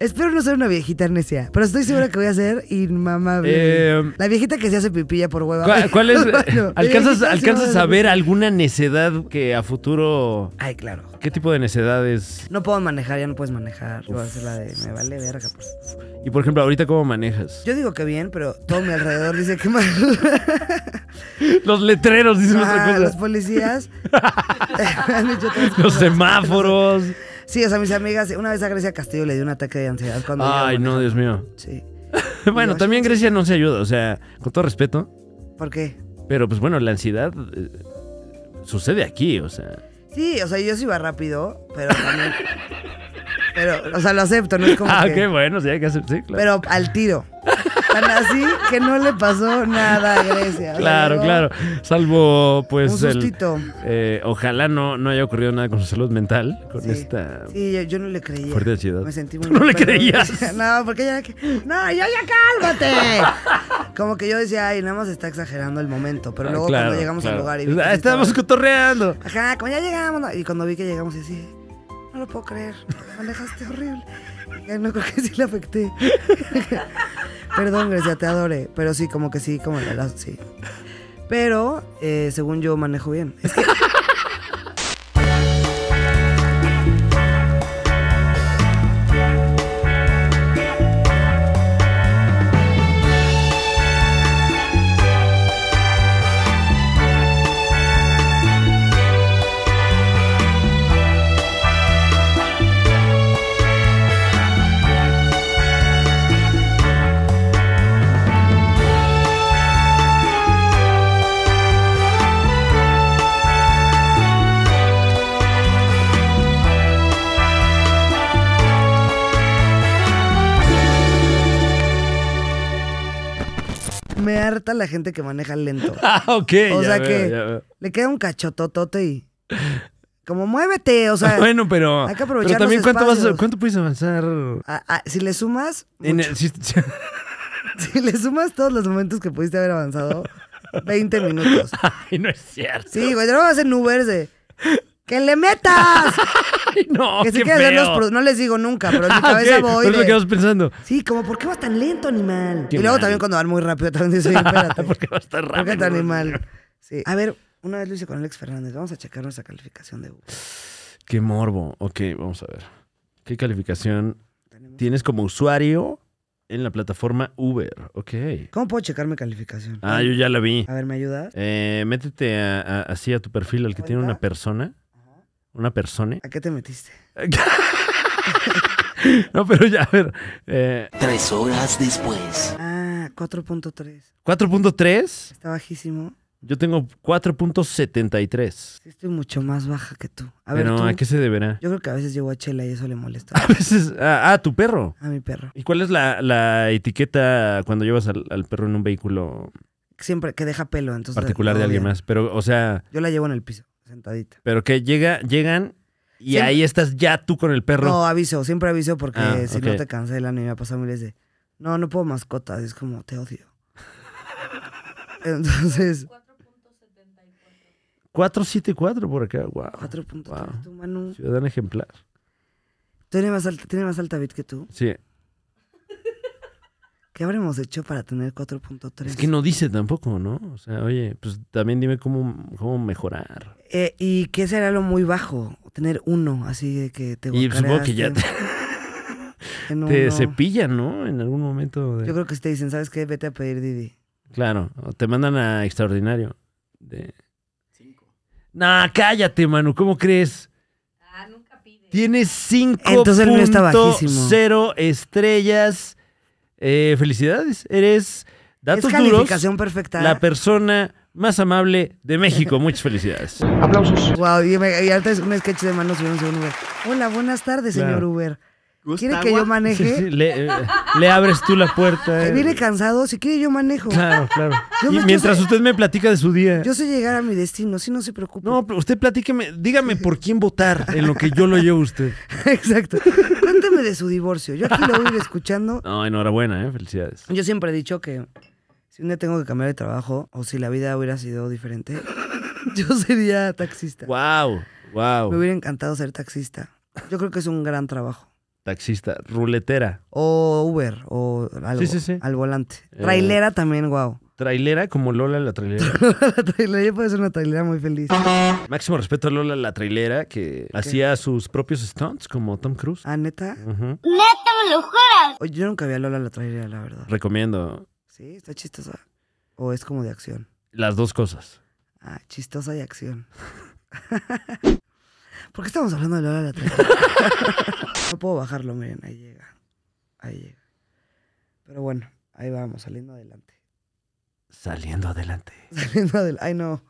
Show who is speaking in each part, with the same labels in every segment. Speaker 1: Espero no ser una viejita necia, pero estoy segura que voy a ser inmamable.
Speaker 2: Eh,
Speaker 1: la viejita que se hace pipilla por hueva.
Speaker 2: ¿Cuál, cuál es? eh,
Speaker 1: Bueno, eh, la
Speaker 2: ¿Alcanzas,
Speaker 1: viejita sí
Speaker 2: alcanzas
Speaker 1: va
Speaker 2: a ver alguna necedad que a futuro...
Speaker 1: Ay, claro.
Speaker 2: ¿Qué tipo de necedades?
Speaker 1: No puedo manejar, ya no puedes manejar. Yo voy a hacer la de me vale verga. pues.
Speaker 2: Y por ejemplo, ahorita cómo manejas.
Speaker 1: Yo digo que bien, pero todo mi alrededor dice que mal.
Speaker 2: Los letreros, dicen otra
Speaker 1: Ah,
Speaker 2: cosa.
Speaker 1: los policías han dicho otras
Speaker 2: Los
Speaker 1: cosas.
Speaker 2: semáforos.
Speaker 1: Sí, o sea, mis amigas, una vez a Grecia Castillo le dio un ataque de ansiedad cuando ella
Speaker 2: Ay, no,
Speaker 1: manejaba.
Speaker 2: Dios mío.
Speaker 1: Sí.
Speaker 2: Bueno,
Speaker 1: Dios.
Speaker 2: también Grecia no se ayuda, o sea, con todo respeto.
Speaker 1: ¿Por qué?
Speaker 2: Pero pues bueno, la ansiedad eh, sucede aquí, o sea.
Speaker 1: Sí, o sea, yo sí iba rápido, pero también. pero, o sea, lo acepto, no es como.
Speaker 2: Ah,
Speaker 1: que-
Speaker 2: qué bueno, sí, hay que hacer, sí, claro.
Speaker 1: Pero al tiro. Tan así que no le pasó nada a Grecia. O sea,
Speaker 2: Claro,
Speaker 1: llegó
Speaker 2: claro. Salvo,
Speaker 1: Un
Speaker 2: pues, el.
Speaker 1: sustito.
Speaker 2: eh, ojalá no, no haya ocurrido nada con su salud mental, con
Speaker 1: Sí.
Speaker 2: esta.
Speaker 1: Sí, yo, yo no le creía.
Speaker 2: Fuerte ansiedad.
Speaker 1: Me sentí muy
Speaker 2: No le
Speaker 1: mal, pero-
Speaker 2: creías.
Speaker 1: no, porque ella era que. No, yo ya cálmate. Como que yo decía, ay, nada más está exagerando el momento. Pero
Speaker 2: Ah,
Speaker 1: luego
Speaker 2: claro,
Speaker 1: cuando llegamos
Speaker 2: claro.
Speaker 1: al lugar y "Pues, vi que
Speaker 2: Ah,
Speaker 1: sí
Speaker 2: Estábamos
Speaker 1: estaba-
Speaker 2: cotorreando.
Speaker 1: Ajá, como ya llegamos. ¿no? Y cuando vi que llegamos y así, no lo puedo creer. te Manejaste horrible. Ya no creo que sí le afecté. Perdón, Grecia, te adore. Pero sí, como que sí, como la la- sí. Pero, eh, según yo, manejo bien. Es que- me harta la gente que maneja lento.
Speaker 2: Ah, ok.
Speaker 1: O
Speaker 2: ya
Speaker 1: sea
Speaker 2: veo,
Speaker 1: que-
Speaker 2: ya veo.
Speaker 1: Le queda un cachototote y. Como muévete, o sea.
Speaker 2: bueno, pero.
Speaker 1: hay que
Speaker 2: pero
Speaker 1: aprovechar
Speaker 2: también,
Speaker 1: los
Speaker 2: ¿cuánto, vas, a-
Speaker 1: espacios.
Speaker 2: ¿cuánto puedes avanzar?
Speaker 1: a- a- si le sumas.
Speaker 2: En
Speaker 1: mucho.
Speaker 2: el- si- si-
Speaker 1: Si le sumas todos los momentos que pudiste haber avanzado, 20 minutos.
Speaker 2: Ay, no es cierto.
Speaker 1: Sí, güey, no vas en Uber de. ¡Que le metas!
Speaker 2: Ay, no,
Speaker 1: que se
Speaker 2: Oh, qué
Speaker 1: quieres ver
Speaker 2: feo.
Speaker 1: los produ- No les digo nunca, pero en mi
Speaker 2: Ah,
Speaker 1: cabeza
Speaker 2: ok,
Speaker 1: voy.
Speaker 2: pero es lo
Speaker 1: de-
Speaker 2: que vas pensando. Ah,
Speaker 1: Sí, como, ¿por qué vas tan lento, animal?
Speaker 2: Qué
Speaker 1: y luego
Speaker 2: mal.
Speaker 1: también cuando van muy rápido, también dices, oye, espérate.
Speaker 2: Porque va a estar
Speaker 1: ¿Por
Speaker 2: rápido.
Speaker 1: qué tan animal? Sí. A ver, una vez lo hice con Alex Fernández. Vamos a checar nuestra calificación de Uber.
Speaker 2: Qué morbo. Ok, vamos a ver. ¿Qué calificación
Speaker 1: Tenemos-
Speaker 2: tienes como usuario en la plataforma Uber? Ok.
Speaker 1: ¿Cómo puedo checar mi calificación?
Speaker 2: Ah, yo ya la vi.
Speaker 1: A ver, ¿me ayudas?
Speaker 2: Eh, métete a- a- así a tu perfil, al que tiene una
Speaker 1: Cuenta.
Speaker 2: persona. Una persona.
Speaker 1: ¿A qué te metiste?
Speaker 2: No, pero ya, a ver. eh,
Speaker 3: Tres horas después.
Speaker 1: Ah, 4.3.
Speaker 2: 4.3.
Speaker 1: Está bajísimo.
Speaker 2: Yo tengo 4.73.
Speaker 1: Sí, estoy mucho más baja que tú. A ver,
Speaker 2: Pero
Speaker 1: tú.
Speaker 2: ¿a qué se deberá?
Speaker 1: Yo creo que a veces llevo a Chela y eso le molesta
Speaker 2: A veces. Ah, ah, tu perro.
Speaker 1: a mi perro.
Speaker 2: ¿Y cuál es la, la etiqueta cuando llevas al, al perro en un vehículo
Speaker 1: Siempre que deja pelo, entonces.
Speaker 2: particular de
Speaker 1: todo
Speaker 2: alguien
Speaker 1: bien.
Speaker 2: más? Pero, o sea,
Speaker 1: Yo la llevo en el piso, sentadita.
Speaker 2: pero que llega, llegan y
Speaker 1: Siempre-
Speaker 2: ahí estás ya tú con el perro.
Speaker 1: No, aviso, siempre aviso porque
Speaker 2: Ah,
Speaker 1: si
Speaker 2: ok.
Speaker 1: no te cancelan y me ha pasado miles de. No, no puedo mascotas, es como te odio. Entonces,
Speaker 2: 474 por acá, wow.
Speaker 1: 4.3
Speaker 2: Wow.
Speaker 1: tú, Manu.
Speaker 2: Ciudadano ejemplar.
Speaker 1: ¿Tiene más, alta, ¿Tiene más alta bit que tú?
Speaker 2: Sí.
Speaker 1: ¿Qué habremos hecho para tener 4.3?
Speaker 2: Es que no dice tampoco, ¿no? O sea, oye, pues también dime cómo, cómo mejorar.
Speaker 1: Eh, ¿Y qué será lo muy bajo? Tener uno, así de que te
Speaker 2: Y supongo que ya
Speaker 1: guacareaste,
Speaker 2: te,
Speaker 1: en
Speaker 2: te
Speaker 1: uno.
Speaker 2: cepillan, ¿no? En algún momento. de-
Speaker 1: Yo creo que si te dicen, ¿sabes qué? Vete a pedir Didi.
Speaker 2: Claro, o te mandan a extraordinario. De... Nah, cállate, Manu, ¿cómo crees?
Speaker 4: Ah, nunca pide.
Speaker 2: Tienes 5.0
Speaker 1: Entonces el mío está bajísimo.
Speaker 2: estrellas. Eh, felicidades, eres datos
Speaker 1: es
Speaker 2: duros.
Speaker 1: calificación perfecta.
Speaker 2: La persona más amable de México. Muchas felicidades.
Speaker 3: Aplausos.
Speaker 1: Wow, y, me, y ahorita es un sketch de manos subimos a un Uber. Hola, buenas tardes,
Speaker 2: Claro.
Speaker 1: señor Uber. ¿Quiere que yo maneje?
Speaker 2: Sí, sí, le, eh, le abres tú la puerta.
Speaker 1: Eh,
Speaker 2: eh.
Speaker 1: Viene cansado, si quiere yo manejo.
Speaker 2: Claro, claro.
Speaker 1: Yo
Speaker 2: Y
Speaker 1: me- yo
Speaker 2: mientras
Speaker 1: sé-
Speaker 2: usted me platica de su día.
Speaker 1: Yo sé llegar a mi destino, si no se preocupe.
Speaker 2: No, pero usted platíqueme, dígame por quién votar en lo que yo lo llevo a usted.
Speaker 1: Exacto. Cuénteme de su divorcio. Yo aquí lo voy a ir escuchando.
Speaker 2: No, enhorabuena, ¿eh? felicidades.
Speaker 1: Yo siempre he dicho que si un día tengo que cambiar de trabajo o si la vida hubiera sido diferente, yo sería taxista.
Speaker 2: Wow,
Speaker 1: Me
Speaker 2: wow.
Speaker 1: hubiera encantado ser taxista. Yo creo que es un gran trabajo.
Speaker 2: taxista, ruletera,
Speaker 1: O Uber, o algo.
Speaker 2: Sí, sí, sí.
Speaker 1: Al volante.
Speaker 2: Eh.
Speaker 1: Trailera también, wow.
Speaker 2: trailera como Lola la trailera.
Speaker 1: la trailera, yo puedo ser una trailera muy feliz.
Speaker 2: Máximo respeto a Lola la trailera que hacía sus propios stunts como Tom Cruise.
Speaker 1: Ah, neta.
Speaker 2: Ujú.
Speaker 1: Oye, yo nunca vi a Lola la trailera, la verdad.
Speaker 2: Recomiendo
Speaker 1: Sí, está chistosa. O es como de acción.
Speaker 2: las dos cosas.
Speaker 1: Ah, chistosa y acción. ¿Por qué estamos hablando de Lola la trailera? no puedo bajarlo, miren, ahí llega. Ahí llega. Pero bueno, ahí vamos, saliendo adelante.
Speaker 2: Saliendo adelante.
Speaker 1: Saliendo adelante. Ay, no.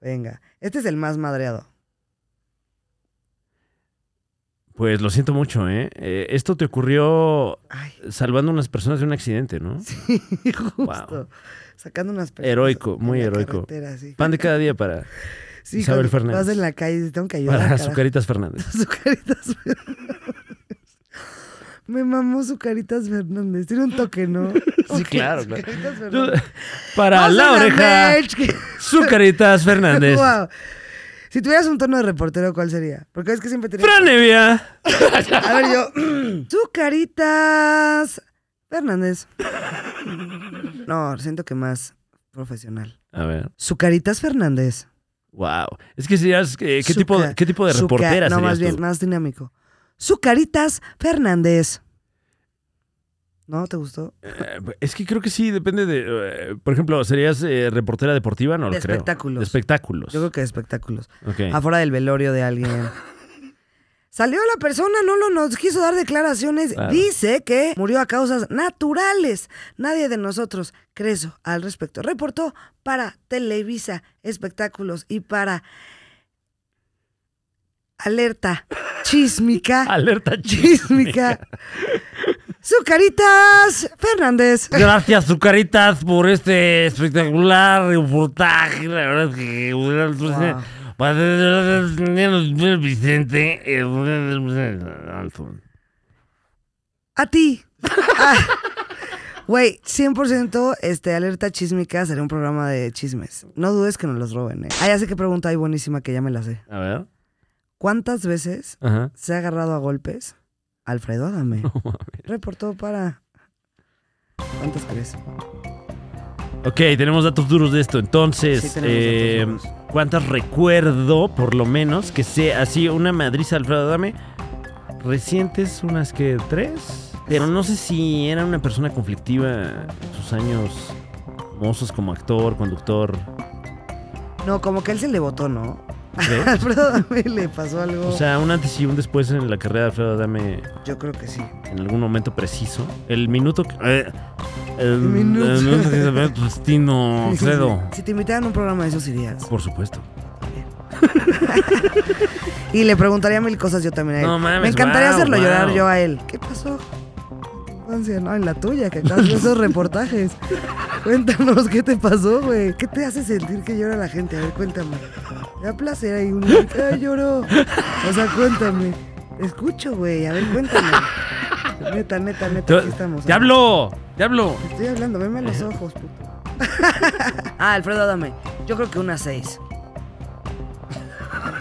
Speaker 1: Venga. Este es el más madreado.
Speaker 2: Pues lo siento mucho, ¿eh? Eh, esto te ocurrió
Speaker 1: Ay,
Speaker 2: salvando a unas personas de un accidente, ¿no?
Speaker 1: sí, justo. Sacando unas personas
Speaker 2: Heroico, muy
Speaker 1: en la
Speaker 2: heroico.
Speaker 1: carretera, sí.
Speaker 2: Pan de cada día para,
Speaker 1: Sí, ah,
Speaker 2: Isabel
Speaker 1: cuando
Speaker 2: Fernández.
Speaker 1: Vas en la calle y dices, tengo que ayudar.
Speaker 2: para
Speaker 1: carajo".
Speaker 2: Azucaritas Fernández.
Speaker 1: Zucaritas Fernández. Me mamó Zucaritas Fernández. Tiene un toque, ¿no? Ok,
Speaker 2: claro, claro.
Speaker 1: Zucaritas
Speaker 2: Yo-
Speaker 1: Fernández.
Speaker 2: Para
Speaker 1: Vamos
Speaker 2: la
Speaker 1: a
Speaker 2: oreja,
Speaker 1: merch, que-
Speaker 2: Azucaritas Fernández.
Speaker 1: Guau. Si tuvieras un tono de reportero, ¿cuál sería? Porque es que siempre tenía...
Speaker 2: Franevia.
Speaker 1: A ver, yo... Zucaritas Fernández. No, siento que más profesional.
Speaker 2: A ver,
Speaker 1: Zucaritas Fernández.
Speaker 2: wow. Es que serías, eh, ¿qué, tipo,
Speaker 1: Zuca-
Speaker 2: ¿qué tipo de
Speaker 1: Zuca-
Speaker 2: reportera
Speaker 1: No, más
Speaker 2: serías
Speaker 1: bien,
Speaker 2: tú?
Speaker 1: más dinámico. Zucaritas Fernández. ¿No? ¿Te gustó?
Speaker 2: Eh, es que creo que sí, depende de... eh, por ejemplo, ¿serías eh, reportera deportiva? No lo
Speaker 1: De
Speaker 2: creo.
Speaker 1: espectáculos.
Speaker 2: De espectáculos.
Speaker 1: Yo creo que de espectáculos.
Speaker 2: Ok.
Speaker 1: Afuera del velorio de alguien. Salió la persona, no lo nos quiso dar declaraciones.
Speaker 2: Claro.
Speaker 1: Dice que murió a causas naturales. Nadie de nosotros creso al respecto. Reportó para Televisa Espectáculos y para Alerta Chismica.
Speaker 2: Alerta
Speaker 1: Chismica. Zucaritas Fernández.
Speaker 2: Gracias, Zucaritas, por este espectacular reportaje. La verdad es que.
Speaker 1: Wow.
Speaker 2: Vicente.
Speaker 1: A ti. Ah. Güey, 100% este, Alerta Chismica será un programa de chismes. No dudes que nos los roben, ¿eh? Ah, ya sé qué pregunta hay buenísima que ya me la sé.
Speaker 2: A ver.
Speaker 1: ¿Cuántas veces
Speaker 2: Ajá.
Speaker 1: se ha agarrado a golpes Alfredo Adame? Reportó para... ¿Cuántas crees?
Speaker 2: Ok, tenemos datos duros de esto. Entonces,
Speaker 1: Sí, tenemos
Speaker 2: eh,
Speaker 1: datos
Speaker 2: ¿cuántas recuerdo, por lo menos, que sea así una madriza, Alfredo Dame? Recientes, unas que tres. Pero no sé si era una persona conflictiva en sus años mozos como actor, conductor.
Speaker 1: No, como que él se le votó, ¿no?
Speaker 2: ¿crees?
Speaker 1: Alfredo Adame le pasó algo.
Speaker 2: O sea, un antes y un después en la carrera de Alfredo Dame
Speaker 1: Yo creo que sí.
Speaker 2: en algún momento preciso. El minuto que. eh, el,
Speaker 1: minuto.
Speaker 2: el minuto que se ve tu destino,
Speaker 1: Sí, sí, sí.
Speaker 2: Alfredo.
Speaker 1: Si te invitaran a un programa de esos irías.
Speaker 2: Por supuesto.
Speaker 1: Y le preguntaría mil cosas yo también a él.
Speaker 2: No mames,
Speaker 1: Me encantaría
Speaker 2: guau,
Speaker 1: hacerlo
Speaker 2: guau.
Speaker 1: llorar yo a él. ¿Qué pasó? Infancia, no, en la tuya, que acabas de esos reportajes. Cuéntanos qué te pasó, güey. ¿Qué te hace sentir que llora la gente? A ver, cuéntame. Me da placer ahí un ay, lloró. O sea, cuéntame. Te escucho, güey. A ver, cuéntame. Neta, neta, neta, aquí estamos.
Speaker 2: ¡Ya hablo! Eh. ¡Ya hablo!
Speaker 1: Te estoy hablando, veme a los ojos, puto. ah, Alfredo, dame. Yo creo que unas seis.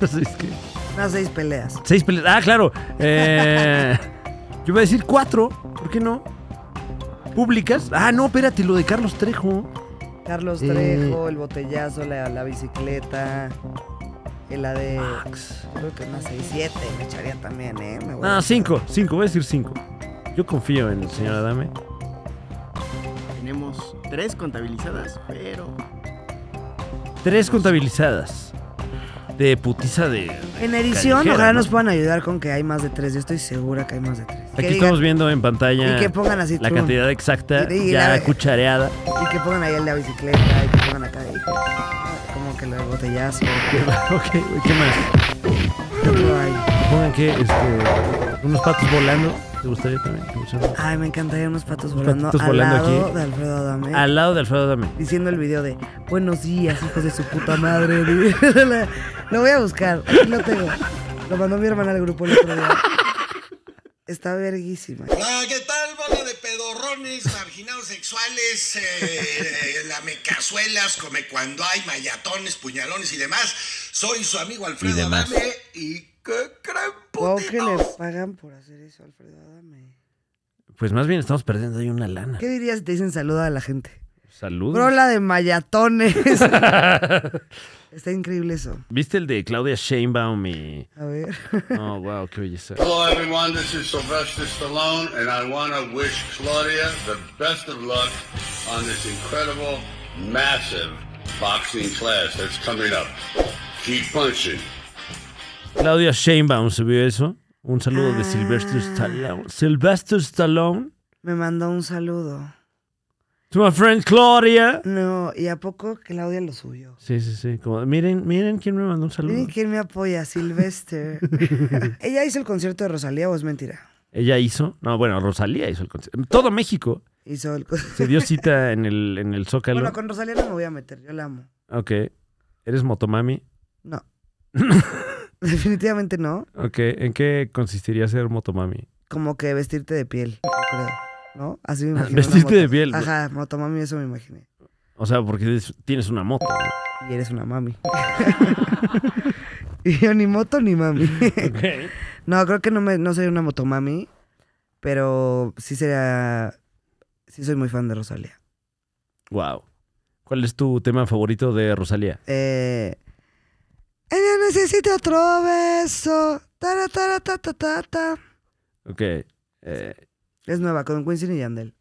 Speaker 2: No sé, es que-
Speaker 1: Unas seis peleas.
Speaker 2: Seis peleas. Ah, claro. Eh, yo iba a decir cuatro. ¿Por qué no? ¿Públicas? Ah, no, espérate, lo de Carlos Trejo.
Speaker 1: Carlos
Speaker 2: Eh.
Speaker 1: Trejo, el botellazo, la, la bicicleta, eh, la de.
Speaker 2: Max.
Speaker 1: yo Creo que unas 6-7 me echaría también, ¿eh? Me voy a-
Speaker 2: No, cinco, cinco, voy a decir cinco. Yo confío en el señor Adame.
Speaker 4: Tenemos tres contabilizadas, pero
Speaker 2: Tres contabilizadas. De putiza de.
Speaker 1: En edición,
Speaker 2: Callejera,
Speaker 1: ojalá
Speaker 2: ¿no?
Speaker 1: nos puedan ayudar con que hay más de 3. Yo estoy segura que hay más de 3.
Speaker 2: Aquí estamos viendo en pantalla
Speaker 1: y que pongan así
Speaker 2: la
Speaker 1: trun.
Speaker 2: cantidad exacta,
Speaker 1: Y- y
Speaker 2: ya
Speaker 1: la-
Speaker 2: cuchareada.
Speaker 1: Y que pongan ahí el de la bicicleta, y que pongan acá, hijo. Como que el botellazo.
Speaker 2: ok, ¿qué más?
Speaker 1: ¿qué otro hay?
Speaker 2: Pongan que este, unos patos volando. ¿Te gustaría también? ¿Te gustaría?
Speaker 1: Ay, me encantaría unos patos
Speaker 2: Unos
Speaker 1: volando
Speaker 2: patitos
Speaker 1: al
Speaker 2: volando
Speaker 1: lado
Speaker 2: aquí.
Speaker 1: de Alfredo Adame.
Speaker 2: Al lado de Alfredo Adame.
Speaker 1: diciendo el video de Buenos días, hijos de su puta madre. La- lo voy a buscar, aquí lo tengo. Lo mandó mi hermana al grupo el otro día. Está verguísima.
Speaker 5: Ah, ¿Qué tal, bola de pedorrones, marginados sexuales, eh, lamecazuelas, come cuando hay, mayatones, puñalones y demás? Soy su amigo Alfredo
Speaker 6: demás.
Speaker 5: Adame y ¿Qué creen,
Speaker 1: Wow, que le
Speaker 5: putitos?
Speaker 1: pagan por hacer eso, Alfredo Adame.
Speaker 2: Pues más bien estamos perdiendo ahí una lana.
Speaker 1: ¿Qué dirías si te dicen saluda a la gente?
Speaker 2: Saludos.
Speaker 1: Brola de mayatones. Está increíble eso.
Speaker 2: ¿Viste el de Claudia Sheinbaum y...
Speaker 1: A ver.
Speaker 2: Oh, wow, qué belleza.
Speaker 6: Hello, everyone. This is Sylvester Stallone, and I want to wish Claudia the best of luck on this incredible, massive boxing class that's coming up. Keep punching.
Speaker 2: Claudia Sheinbaum subió eso. Un saludo
Speaker 1: Ah.
Speaker 2: de Sylvester Stallone. Sylvester Stallone.
Speaker 1: Me mandó un saludo.
Speaker 2: To my friend Claudia.
Speaker 1: No, ¿y a poco Claudia lo subió?
Speaker 2: Sí, sí, sí. Como, miren, miren quién me mandó un
Speaker 1: Miren
Speaker 2: saludo.
Speaker 1: quién me apoya, Silvester. ¿Ella hizo el concierto de Rosalía o es mentira?
Speaker 2: Ella hizo. No, bueno, Rosalía hizo el concierto. Todo México
Speaker 1: Hizo el concierto.
Speaker 2: se dio cita en el, en el Zócalo.
Speaker 1: Bueno, con Rosalía no me voy a meter, yo la amo.
Speaker 2: Ok. ¿Eres motomami?
Speaker 1: No. Definitivamente no.
Speaker 2: Ok. ¿En qué consistiría ser motomami?
Speaker 1: Como que vestirte de piel, yo creo. ¿No? Así me imaginé. una
Speaker 2: vestirte
Speaker 1: moto.
Speaker 2: de piel.
Speaker 1: Ajá, motomami, eso me imaginé.
Speaker 2: O sea, porque eres- tienes una moto. ¿no?
Speaker 1: Y eres una mami. y yo ni moto ni mami.
Speaker 2: Ok.
Speaker 1: no, creo que no, me, no soy una motomami, pero sí sería... Sí soy muy fan de Rosalía.
Speaker 2: Wow. ¿Cuál es tu tema favorito de Rosalía?
Speaker 1: Eh, Ella necesita otro beso. Tara, tara, ta, ta, ta, ta.
Speaker 2: Ok. eh,
Speaker 1: Es nueva, con Quincy y Yandel.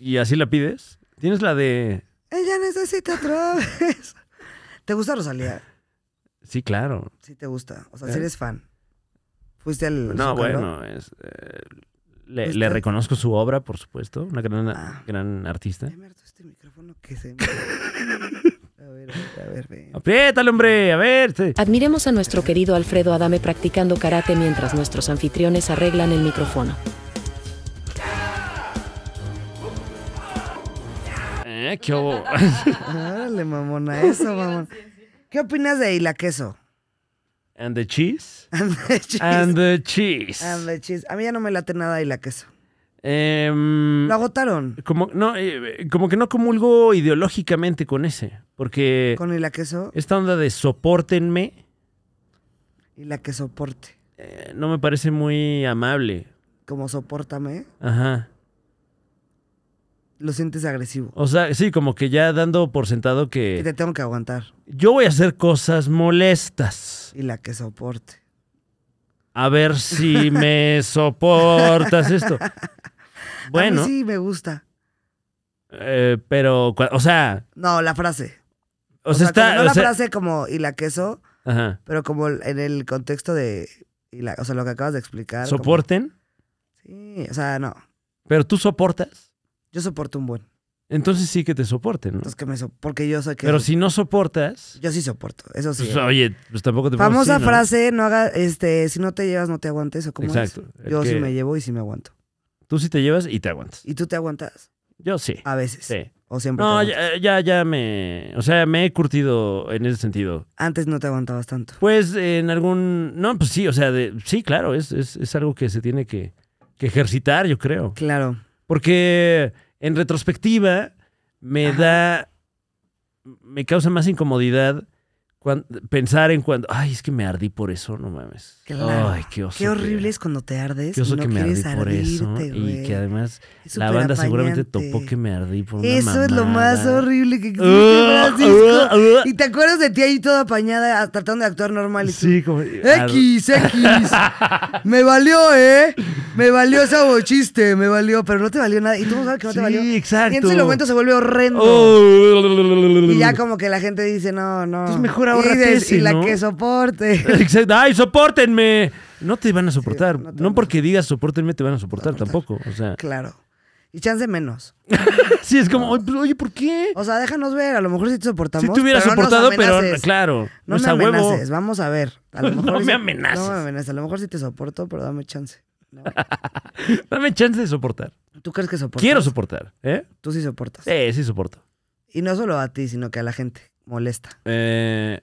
Speaker 2: ¿Y así la pides? ¿Tienes la de...?
Speaker 1: Ella necesita otro beso. ¿Te gusta Rosalía?
Speaker 2: Sí, claro.
Speaker 1: Sí te gusta. O sea, si eres fan. Fuiste al...
Speaker 2: ¿Eh? No,
Speaker 1: Zócalo?
Speaker 2: bueno, es, eh, le,
Speaker 1: Pues
Speaker 2: le
Speaker 1: está-
Speaker 2: reconozco su obra, por supuesto, una gran,
Speaker 1: Ah.
Speaker 2: gran artista.
Speaker 1: Ay, me hartó este micrófono que se me... A ver, a ver, a ver, ven.
Speaker 2: Apriétale, hombre, a ver. sí.
Speaker 7: Admiremos a nuestro querido Alfredo Adame practicando karate mientras nuestros anfitriones arreglan el micrófono.
Speaker 2: Eh, ¿Qué hubo?
Speaker 1: Árale, mamona, eso, mamona. ¿Qué opinas de Hila Queso?
Speaker 2: And the cheese.
Speaker 1: And the cheese.
Speaker 2: And the cheese.
Speaker 1: And the cheese. A mí ya no me late nada Hila Queso.
Speaker 2: Em,
Speaker 1: Lo agotaron
Speaker 2: como, no, eh, como que no comulgo ideológicamente con ese, porque
Speaker 1: con Hila Queso
Speaker 2: esta onda de soportenme
Speaker 1: y la que soporte.
Speaker 2: eh, no me parece muy amable.
Speaker 1: Como soportame,
Speaker 2: Ajá.
Speaker 1: lo sientes agresivo.
Speaker 2: O sea, sí, como que ya dando por sentado
Speaker 1: Y
Speaker 2: que
Speaker 1: te tengo que aguantar.
Speaker 2: yo voy a hacer cosas molestas.
Speaker 1: Y la que soporte.
Speaker 2: A ver si me soportas esto.
Speaker 1: A
Speaker 2: Bueno,
Speaker 1: mí sí me gusta.
Speaker 2: eh, pero, cua- o sea,
Speaker 1: No, la frase.
Speaker 2: o, sea,
Speaker 1: como
Speaker 2: está.
Speaker 1: no
Speaker 2: o
Speaker 1: la
Speaker 2: sea-
Speaker 1: frase como y la queso,
Speaker 2: ajá.
Speaker 1: pero como en el contexto de. y la- o sea, lo que acabas de explicar. como-
Speaker 2: Soporten,
Speaker 1: sí, o sea, no.
Speaker 2: pero tú soportas,
Speaker 1: Yo soporto un buen.
Speaker 2: entonces sí que te soporten, ¿no?
Speaker 1: Entonces, que me so- porque yo soy que.
Speaker 2: Pero si no soportas,
Speaker 1: Yo sí soporto, eso sí. ¿eh?
Speaker 2: pues, oye, pues tampoco te podemos
Speaker 1: Famosa
Speaker 2: decir, ¿no?
Speaker 1: frase, no haga, este, si no te llevas, no te aguantes, o cómo
Speaker 2: Exacto.
Speaker 1: es.
Speaker 2: El
Speaker 1: Yo sí
Speaker 2: que-
Speaker 1: me llevo y sí me aguanto.
Speaker 2: Tú sí te llevas y te aguantas.
Speaker 1: ¿Y tú te aguantas?
Speaker 2: Yo sí.
Speaker 1: A veces.
Speaker 2: Sí.
Speaker 1: O siempre.
Speaker 2: No,
Speaker 1: te aguantas.
Speaker 2: ya, eh, ya, ya me. O sea, me he curtido en ese sentido.
Speaker 1: Antes no te aguantabas tanto.
Speaker 2: Pues en algún. No, pues sí, o sea, de- sí, claro, es, es, es algo que se tiene que, que ejercitar, yo creo.
Speaker 1: Claro.
Speaker 2: Porque en retrospectiva me da. Me causa más incomodidad cuan- pensar en cuando. Ay, es que me ardí por eso, no mames.
Speaker 1: Claro.
Speaker 2: Ay, qué oso.
Speaker 1: Qué horrible
Speaker 2: que-
Speaker 1: es cuando te ardes.
Speaker 2: Qué oso
Speaker 1: y no
Speaker 2: que me ardí
Speaker 1: quieres
Speaker 2: por eso.
Speaker 1: ardirte,
Speaker 2: Y
Speaker 1: güey.
Speaker 2: que además
Speaker 1: Es
Speaker 2: la banda seguramente
Speaker 1: superapañante.
Speaker 2: topó que me ardí por una
Speaker 1: Eso es lo más
Speaker 2: mamada.
Speaker 1: horrible que existe,
Speaker 2: Ah,
Speaker 1: Francisco.
Speaker 2: ah, ah.
Speaker 1: Y te acuerdas de ti ahí toda apañada, a- tratando de actuar normal. y tú,
Speaker 2: Sí, como.
Speaker 1: X, X. Me valió, ¿eh? Me valió ese chiste, me valió, pero no te valió nada. Y tú sabes que no te
Speaker 2: Sí,
Speaker 1: valió.
Speaker 2: exacto.
Speaker 1: Y entonces el momento se vuelve horrendo.
Speaker 2: Oh.
Speaker 1: Y ya como que la gente dice, no, no.
Speaker 2: Entonces mejor
Speaker 1: Y
Speaker 2: ahórrate
Speaker 1: dices, Y
Speaker 2: ese,
Speaker 1: la
Speaker 2: ¿no?
Speaker 1: que soporte.
Speaker 2: Exacto. ¡Ay, soportenme! No te van a soportar.
Speaker 1: no te
Speaker 2: no
Speaker 1: van a
Speaker 2: porque digas soportenme, te van a soportar tampoco. O sea,
Speaker 1: Claro. Y chance menos.
Speaker 2: sí, es como, "Oye, pero, oye, ¿por qué?
Speaker 1: O sea, déjanos ver, a lo mejor sí te soportamos.
Speaker 2: Si te hubiera
Speaker 1: pero no nos
Speaker 2: soportado, pero
Speaker 1: amenaces.
Speaker 2: claro, no,
Speaker 1: No
Speaker 2: es
Speaker 1: me
Speaker 2: a huevo.
Speaker 1: amenaces, vamos a ver. A lo
Speaker 2: No
Speaker 1: mejor
Speaker 2: me
Speaker 1: sí-
Speaker 2: amenaces.
Speaker 1: No me amenaces, a lo mejor sí te soporto, pero dame chance. ¿no?
Speaker 2: Dame chance de soportar.
Speaker 1: ¿Tú crees que soportas?
Speaker 2: Quiero soportar, ¿eh?
Speaker 1: Tú sí soportas.
Speaker 2: Sí, sí soporto.
Speaker 1: Y no solo a ti, sino que a la gente. Molesta.
Speaker 2: Eh,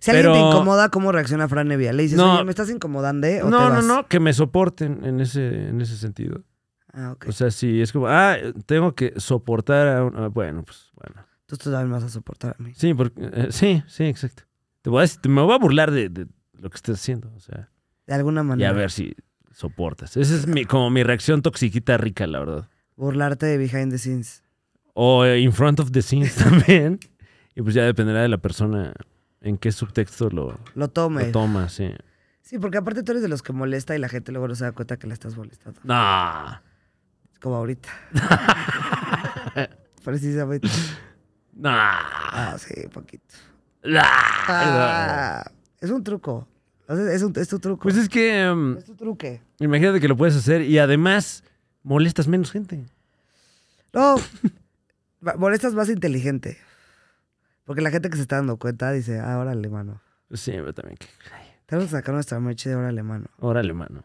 Speaker 1: Si
Speaker 2: Pero-
Speaker 1: alguien te incomoda, ¿cómo reacciona Fran Evia? Le dices,
Speaker 2: No.
Speaker 1: oye, ¿me estás incomodando? eh? ¿O te
Speaker 2: no, no,
Speaker 1: vas?
Speaker 2: no, que me soporten en ese, en ese sentido.
Speaker 1: Ah, ok.
Speaker 2: O sea, sí, es como, ah, tengo que soportar a un... ah, Bueno, pues, bueno.
Speaker 1: Entonces tú también me vas a soportar a mí.
Speaker 2: Sí, porque, eh, sí, sí, exacto. Te voy a decir- me voy a burlar de, de lo que estés haciendo, o sea.
Speaker 1: De alguna
Speaker 2: Y
Speaker 1: manera.
Speaker 2: a ver si soportas. Esa es mi, como mi reacción toxiquita rica, la verdad.
Speaker 1: Burlarte de behind the scenes.
Speaker 2: O eh, in front of the scenes también. Y pues ya dependerá de la persona en qué subtexto lo,
Speaker 1: Lo
Speaker 2: lo
Speaker 1: tomes.
Speaker 2: toma, sí.
Speaker 1: sí, porque aparte tú eres de los que molesta y la gente luego no se da cuenta que la estás molestando.
Speaker 2: No,
Speaker 1: Como ahorita. Precisamente.
Speaker 2: no,
Speaker 1: Ah, sí, poquito.
Speaker 2: no.
Speaker 1: Ah, es un truco. O sea, Es, un- es tu truco.
Speaker 2: Pues es que em,
Speaker 1: es tu truque.
Speaker 2: imagínate que lo puedes hacer y además molestas menos gente.
Speaker 1: No. va- Molestas más inteligente. Porque la gente que se está dando cuenta dice, ah, órale, mano.
Speaker 2: Pues Sí, pero también que... ay,
Speaker 1: Tenemos que sacar nuestra merch de órale, mano.
Speaker 2: Órale, mano.